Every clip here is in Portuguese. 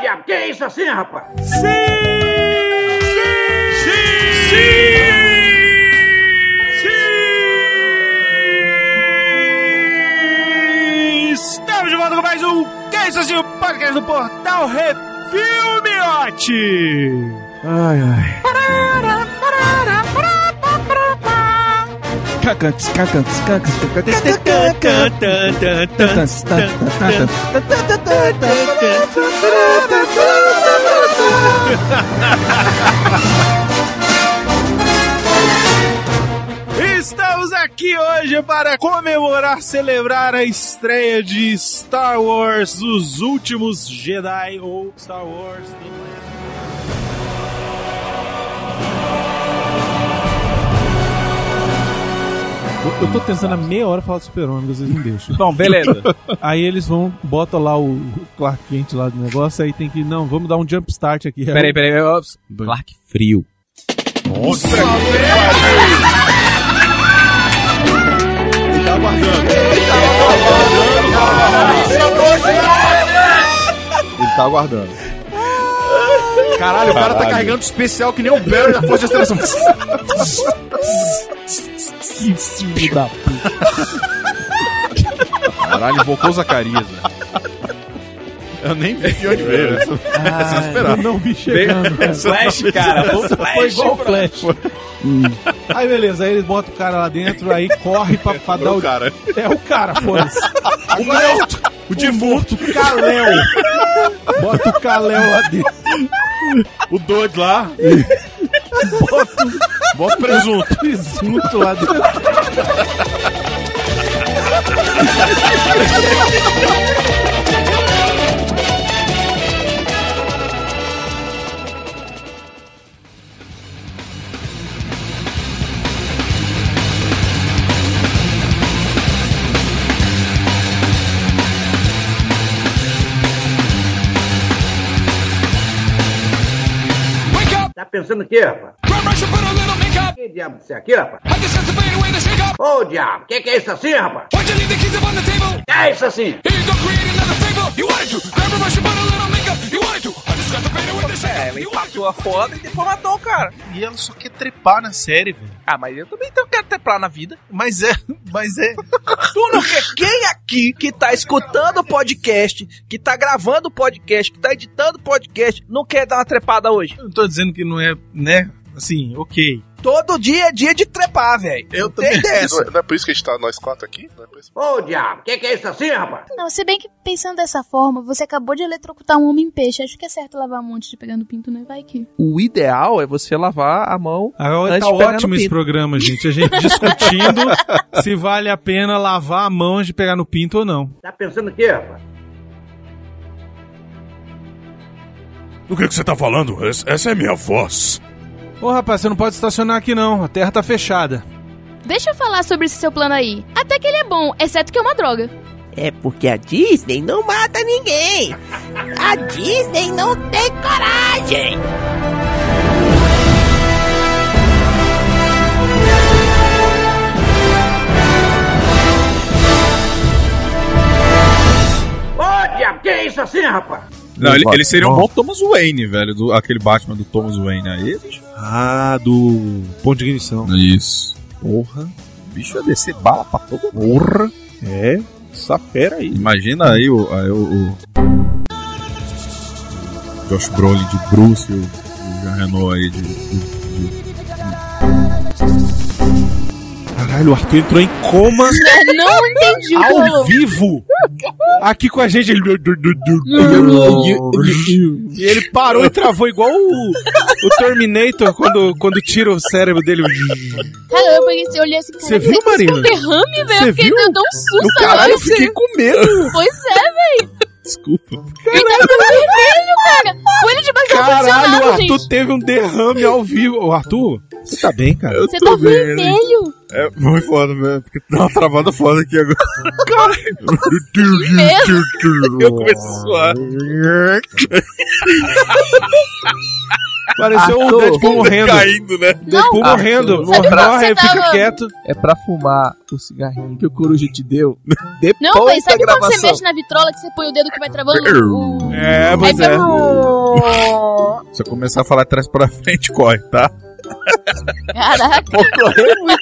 diabo? Que é isso assim, rapaz? Estamos de volta com mais um Que é isso assim, o podcast do Portal Refilmiote. Ai, ai. Cacantes, cacantes, cacantes, cacantes, cacantes, cacantes, cacantes. Estamos aqui hoje para comemorar, celebrar a estreia de Star Wars Os Últimos Jedi ou Star Wars The Last Eu- Eu tô tentando há meia hora falar do super-homem, mas eles não deixam. Bom, beleza. Aí eles vão, botam lá o Clark Kent lá do negócio, aí tem que, não, vamos dar um jump start aqui. Peraí, peraí. eu- Clark frio. tá tá Ele tá aguardando. Caralho, o cara tá carregando especial que nem o Barry da Força de Seleção. Que filho da puta. Caralho, invocou Zacarias, né? Eu nem vi de onde veio. isso. Sem Eu esperar. não vi chegando. cara. Flash, cara. Foi Foi Flash. igual o Flash. Hum. Aí beleza, aí eles botam o cara lá dentro, aí corre pra, pra dar Não, o. cara. É o cara, foda-se. O morto! O defunto! Caléu! Bota o Caléu lá dentro. O doido lá! Bota, bota o presunto! Presunto lá dentro. Tá pensando o quê, rapaz? Que diabo isso é aqui, rapaz? Ô, diabo, que que é isso assim, rapaz? Que é isso assim? É, ele empatou a foda e depois matou o cara. E ela só quer trepar na série, velho. Ah, mas eu também tenho- quero trepar na vida. Mas é, mas é. Tu não quer? Quem aqui que tá escutando o podcast, que tá gravando o podcast, que tá editando o podcast, não quer dar uma trepada hoje? Eu não tô dizendo que não é, né? Assim, ok. Todo dia é dia de trepar, velho. Eu também. Tem dessa. Não é por isso que a gente tá nós quatro aqui? Não é por isso? Ô, diabo, que que é isso assim, rapaz? Não, se bem que pensando dessa forma, você acabou de eletrocutar um homem-peixe. Acho que é certo lavar um monte de pegando pinto, né? Vai que. O ideal é você lavar a mão. Ah, Agora Antes tá de pegar no ótimo esse pinto. programa, gente. A gente discutindo se vale a pena lavar a mão antes de pegar no pinto ou não. Tá pensando o quê, rapaz? Do que, que você tá falando? Es- Essa é minha voz. Ô rapaz, você não pode estacionar aqui não, a terra tá fechada. Deixa eu falar sobre esse seu plano aí. Até que ele é bom, exceto que é uma droga. É porque a Disney não mata ninguém. A Disney não tem coragem. Ô, diabo, que é isso assim, rapaz? Não, ele, ele seria um bom. Thomas Wayne, velho. do- aquele Batman do Thomas Wayne né? aí. bicho. Ah, do ponto de ignição. Isso. Porra. O bicho ia descer bala pra todo mundo. Porra. É. Essa fera aí. Imagina aí o. aí o, o- Josh Brolin de Bruce e o, o Jean Renault aí de. Caralho, o Arthur entrou em coma não entendi o que ao rolou. vivo. Aqui com a gente ele... E ele parou e travou igual o, o Terminator quando, quando tira o cérebro dele. Caramba, eu olhei assim, Você cara, viu, Marina? derrame, velho. Você Eu fiquei viu? dando um Do susto caralho, eu agora. fiquei com medo. Pois é, velho. Desculpa. Ele tá ficando vermelho, cara. Foi ele debaixo do Caralho, o ar-condicionado, Arthur tá gente. teve um derrame ao vivo. Ô, Arthur, você tá bem, cara? Você tá vermelho. É, foi foda, velho. Porque dá uma travada foda aqui agora. Mesmo. Eu comecei a suar. Pareceu o Arthur. Deadpool morrendo. Caindo, né? Deadpool Não. morrendo. Arthur. Morre, Sabe quando morre, você tá fica tava- quieto. É pra fumar o cigarrinho que o Coruja te deu depois Não, mas da sabe quando gravação. você mexe na vitrola que você põe o dedo que vai travando? É, Aí tá pois é. fica- Se eu começar a falar atrás pra frente, corre, tá? Caraca. Vou correr muito,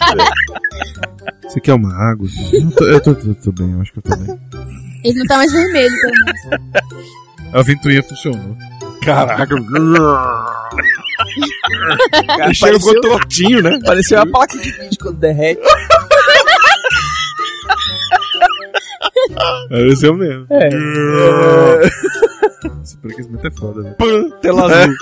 Você quer é uma água? Eu tô, eu tô- tô- tô bem, eu acho que eu tô bem. Ele não tá mais vermelho, pelo menos. É, A ventoinha funcionou. Caraca. Cara, o cheiro ficou pareceu- tortinho, né? Pareceu Hum. uma placa de vídeo quando derrete. Pareceu mesmo. É. Esse preguiçamento é foda, velho. Pã, tela É. azul.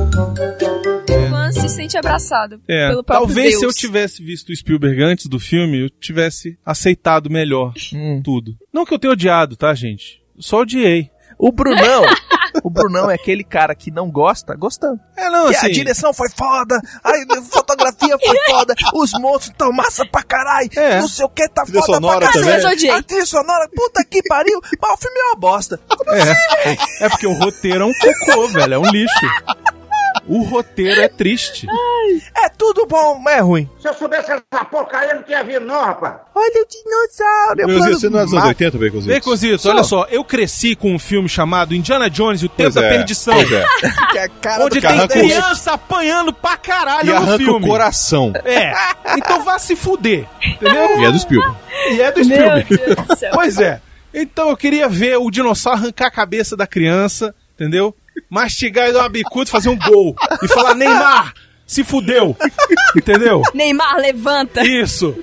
O fã se sente abraçado É, pelo próprio talvez Deus. se eu tivesse visto o Spielberg antes do filme, eu tivesse aceitado melhor Hum. tudo. Não que eu tenha odiado, tá, gente? Só odiei. O Brunão, o Brunão é aquele cara que não gosta, gostando. É, Ah, não, que assim- a direção foi foda, a fotografia foi foda, os monstros tão massa pra caralho, não sei o que tá É. Trilha foda sonora pra caralho. também. Eu odiei. A trilha sonora, puta que pariu, mas o filme é uma bosta. Como É. é porque o roteiro é um cocô, velho. É um lixo. O roteiro é triste. É tudo bom, mas é ruim. Se eu soubesse essa porcaria, eu não tinha vindo, não, rapaz. Olha o dinossauro. Beconzito, Beconzito, você não é dos anos 80, Baconzitos? Baconzitos, olha só, eu cresci com um filme chamado Indiana Jones e o Tempo Pois da é, Perdição. pois é. Que a cara Onde do tem cara arranca o- criança apanhando pra E caralho no arranca o filme. coração. É. Então vá se fuder. Entendeu? E é do Spielberg. E é do Meu Spielberg. Deus do céu. Pois é. Então eu queria ver o dinossauro arrancar a cabeça da criança, entendeu? Mastigar e dar uma bicuda e fazer um gol. E falar, Neymar, se fudeu. Entendeu? Neymar, levanta. Isso.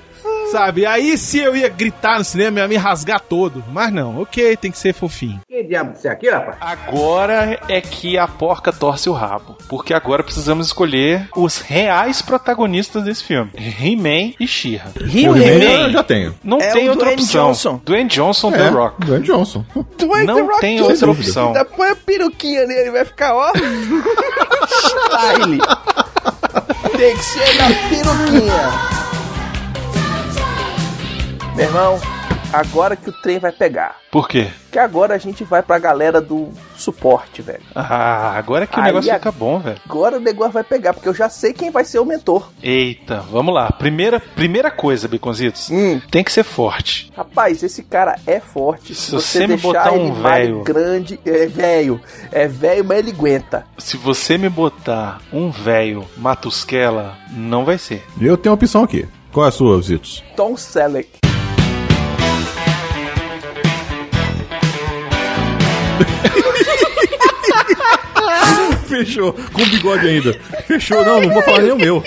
Sabe? Aí se eu ia gritar no cinema, eu ia me rasgar todo. Mas não, ok, tem que ser fofinho. Que diabo isso é aqui, rapaz? Agora é que a porca torce o rabo, porque agora precisamos escolher os reais protagonistas desse filme: He-Man e She-Ra. He-Man? He-Man eu já tenho. Não É tem o outra Dwayne opção. Johnson. Dwayne Johnson, The É, Rock. Dwayne Johnson. Não tem outra opção. Põe a peruquinha nele, vai ficar ó. Style. Tem que ser na peruquinha. Meu irmão, agora que o trem vai pegar. Por quê? Que agora a gente vai pra galera do suporte, velho. Ah, agora é que o Aí negócio a- fica bom, velho. Agora o negócio vai pegar, porque eu já sei quem vai ser o mentor. Eita, vamos lá. Primeira, primeira coisa, Biconzitos. Tem que ser forte. Rapaz, esse cara é forte. Se você me botar um ele vale velho- grande, é velho. É velho, mas ele aguenta. Se você me botar um velho Matusquela, não vai ser. Eu tenho uma opção aqui. Qual é a sua, Zitos? Tom Selleck. Fechou. Com bigode ainda. Fechou. Não, não vou falar nem o meu.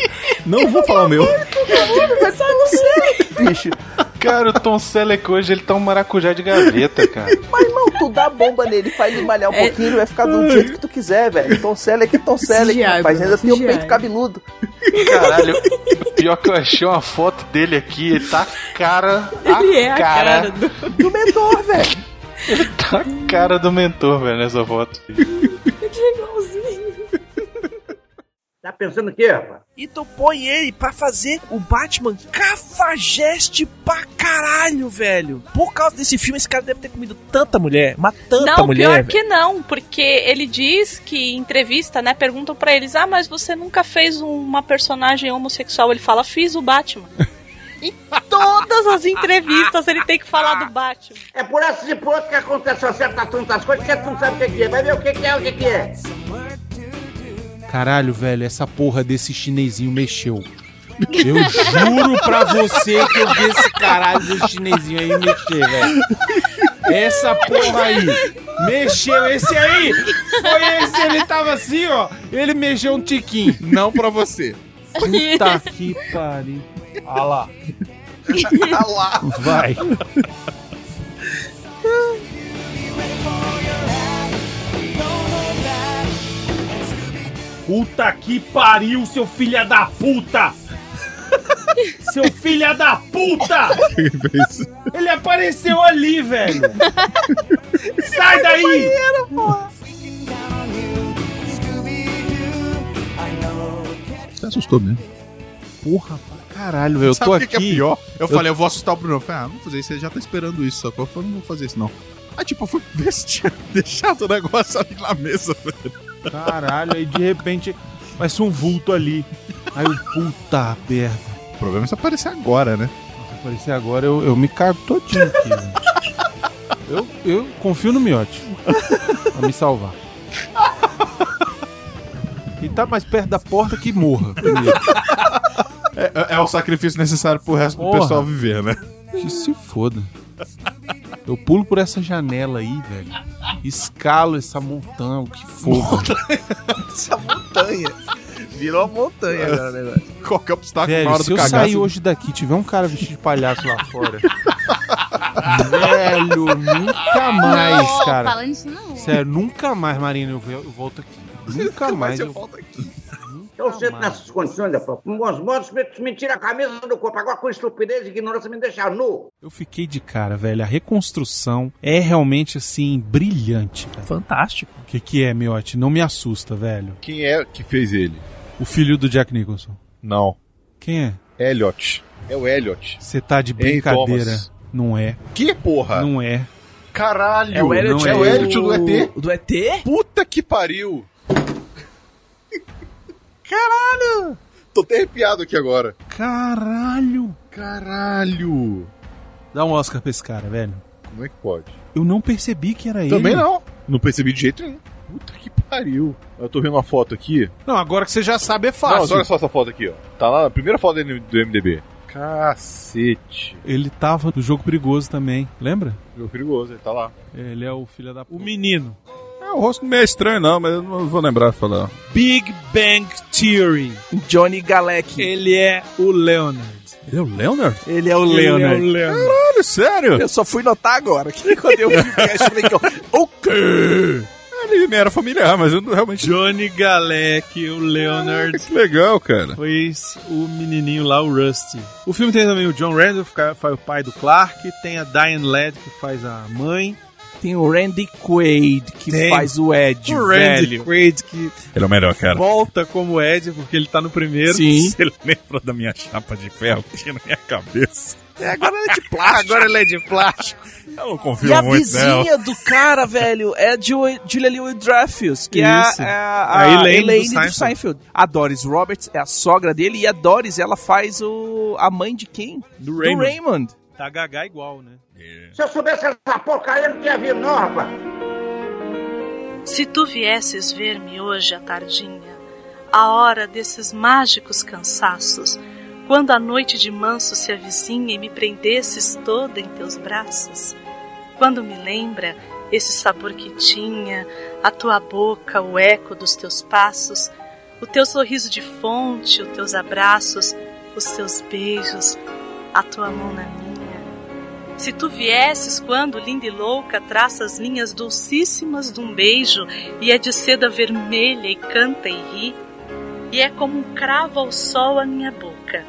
Não vou falar o meu. Bicho, cara, o Tom Selleck hoje ele tá um maracujá de gaveta, cara. Mas, irmão, tu dá bomba nele, faz ele malhar um pouquinho, ele vai ficar do jeito que tu quiser, velho. Tom Selleck, Tom Selleck, rapaz. Ainda tem um peito cabeludo. Caralho, pior que eu achei uma foto dele aqui, ele tá a cara. A Ele é a cara, cara do... Do mentor, velho. Tá a cara do mentor, velho, nessa foto. Tá pensando o quê, rapaz? E tu põe ele pra fazer o Batman cafajeste pra caralho, velho. Por causa desse filme, esse cara deve ter comido tanta mulher, mas tanta não, mulher. pior velho. que não, porque ele diz que em entrevista, né, perguntam pra eles: "Ah, mas você nunca fez uma personagem homossexual?" Ele fala: "Fiz o Batman". em todas as entrevistas ele tem que falar do Batman. É por essas e por outras que acontecem uma certa tantas coisas que tu não sabe o que que é. Vai ver o que que é, o que que é. Caralho, velho, essa porra desse chinesinho mexeu. Eu juro pra você que eu vi esse caralho do chinesinho aí mexer, velho. Essa porra aí mexeu. Esse aí foi esse. Ele tava assim, ó. Ele mexeu um tiquinho. Não pra você. Puta que pariu. Ah lá. Ah lá. Vai. Puta que pariu, seu filha da puta! seu filha da puta! Ele apareceu ali, velho! Sai daí! Você assustou mesmo. Porra, pá, Caralho, velho, eu Sabe tô o que que é aqui. pior? Eu, falei, eu vou assustar o Bruno. Eu falei, ah, não vou fazer isso, ele já tá esperando isso. Só que eu falei, não vou fazer isso, não. Aí, tipo, eu fui deixar, deixar o negócio ali na mesa, velho. Caralho, aí de repente parece um vulto ali. Aí eu, puta merda. O problema é se aparecer agora, né? Se aparecer agora, eu, eu me cago todinho aqui. velho. eu, eu confio no miote. Pra me salvar. E tá mais perto da porta que morra. primeiro. É, é o sacrifício necessário pro resto Porra. do pessoal viver, né? Que se foda. Eu pulo por essa janela aí, velho. Escalo essa montanha, o que for. velho. Essa montanha. Virou uma montanha agora o negócio. Qualquer obstáculo Velho, na hora se do eu cagaço. sair hoje daqui e tiver um cara vestido de palhaço lá fora. velho, nunca mais, Não, cara. falando isso não. Sério, nunca mais, Marina, eu, eu volto aqui. Nunca mais. Eu... Eu sento nessas condições, é da própria. Meus modos me, me tira a camisa do corpo. Agora com estupidez e ignorância me deixa nu. Eu fiquei de cara, velho. A reconstrução é realmente, assim, brilhante. Fantástico. O que, que é, Miotti? Não me assusta, velho. Quem é que fez ele? O filho do Jack Nicholson. Não. Quem é? Elliot. É o Elliot. Você tá de Ei, brincadeira. Thomas. não é. Que porra? Não é. Caralho. É o Elliot- não é o Elliot do ET? Do ET? Puta que pariu. Caralho. Tô até arrepiado aqui agora. Caralho. Caralho. Dá um Oscar pra esse cara, velho. Como é que pode? Eu não percebi que era ele. Também não. Não percebi de jeito nenhum. Puta que pariu. Eu tô vendo uma foto aqui. Não, agora que você já sabe é Ah, Não, fácil. mas olha só essa foto aqui, ó. Tá lá na primeira foto dele do MDB. Cacete. Ele tava no jogo perigoso também, lembra? Jogo perigoso, ele tá lá. Ele é o filho da... O menino. É, o rosto não é estranho, não, mas eu não vou lembrar de falar. Big Bang Theory. Johnny Galecki. Ele é o Leonard. Ele é o Leonard? Ele é o Ele é o Leonard. Leonard. Caralho, sério? Eu só fui notar agora que quando eu vi o cast, eu falei que eu, o quê? Ele me era familiar, mas eu não- realmente. Johnny Galecki, o Leonard. Que legal, cara. Foi esse, o menininho lá, o Rusty. O filme tem também o John Randolph, que faz o pai do Clark. Tem a Diane Ladd, que faz a mãe. Tem o Randy Quaid, que Tem. faz o Ed, o Randy velho. Quaid, que Ele é o melhor, cara. volta como Ed, porque ele tá no primeiro. Você lembra da minha chapa de ferro que tinha na minha cabeça? agora ele é de plástico. Agora ele é de plástico. Eu não confio E a muito né? nela. vizinha do cara, velho, é a Ju- Julia Louis-Dreyfus, que Isso. é a, a- a A Elaine Elaine, do do, Seinfeld. Seinfeld. A Doris Roberts é a sogra dele e a Doris, ela faz o a mãe de quem? Do Do Raymond. Raymond. Tá gaga igual, né? Se eu soubesse essa porcaria, eu não tinha vindo, não, rapaz. Se tu viesses ver-me hoje à tardinha, a hora desses mágicos cansaços, quando a noite de manso se avizinha e me prendesses toda em teus braços, quando me lembra esse sabor que tinha, a tua boca, o eco dos teus passos, o teu sorriso de fonte, os teus abraços, os teus beijos, a tua mão na minha, se tu viesses quando, linda e louca, traça as linhas dulcíssimas de um beijo e é de seda vermelha e canta e ri, e é como um cravo ao sol a minha boca,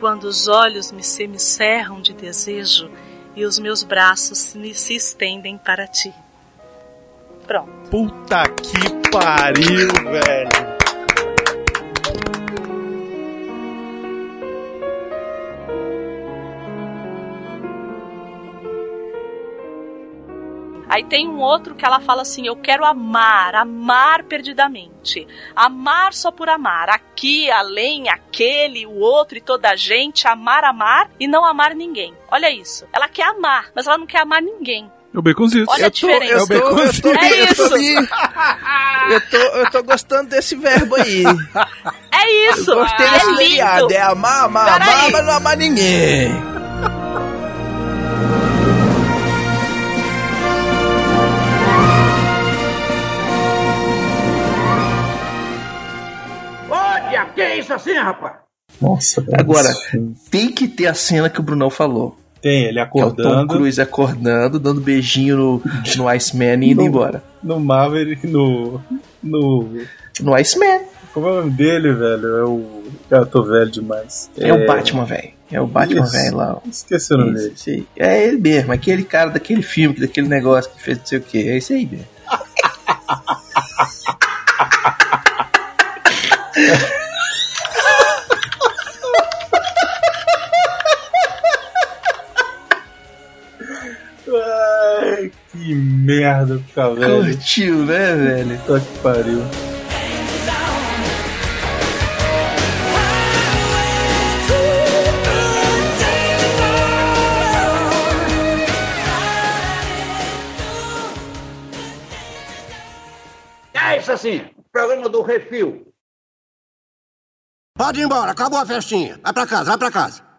quando os olhos me semicerram de desejo e os meus braços se, se estendem para ti. Pronto. Puta que pariu, velho. Aí tem um outro que ela fala assim: Eu quero amar, amar perdidamente. Amar só por amar. Aqui, além, aquele, o outro e toda a gente. Amar, amar e não amar ninguém. Olha isso. Ela quer amar, mas ela não quer amar ninguém. É o Baconzitos. Olha a diferença. eu tô, eu tô, eu tô, é isso. eu tô, eu tô gostando desse verbo aí. É isso. Eu gostei é desse lindo. leado, é amar, amar, amar, Peraí. mas não amar ninguém. Ô, diabo, que é isso assim, rapaz? Nossa, Agora, tem que ter a cena que o Brunão falou. Tem, ele Que é o Tom acordando Cruise acordando, dando beijinho no, no Iceman e indo embora. no Maverick, no... No... No Iceman. Como é o nome dele, velho? É o... Eu tô velho demais. É, o Batman, velho. É o Batman, Isso. velho lá. Esqueci o nome Isso, dele. isso aí. É ele mesmo, aquele cara daquele filme, daquele negócio que fez não sei o que. É isso aí mesmo. Que merda, ficar velho. Curtiu, né, velho? Tá que pariu. É isso assim, programa do refil. Pode ir embora, acabou a festinha. Vai pra casa, vai pra casa.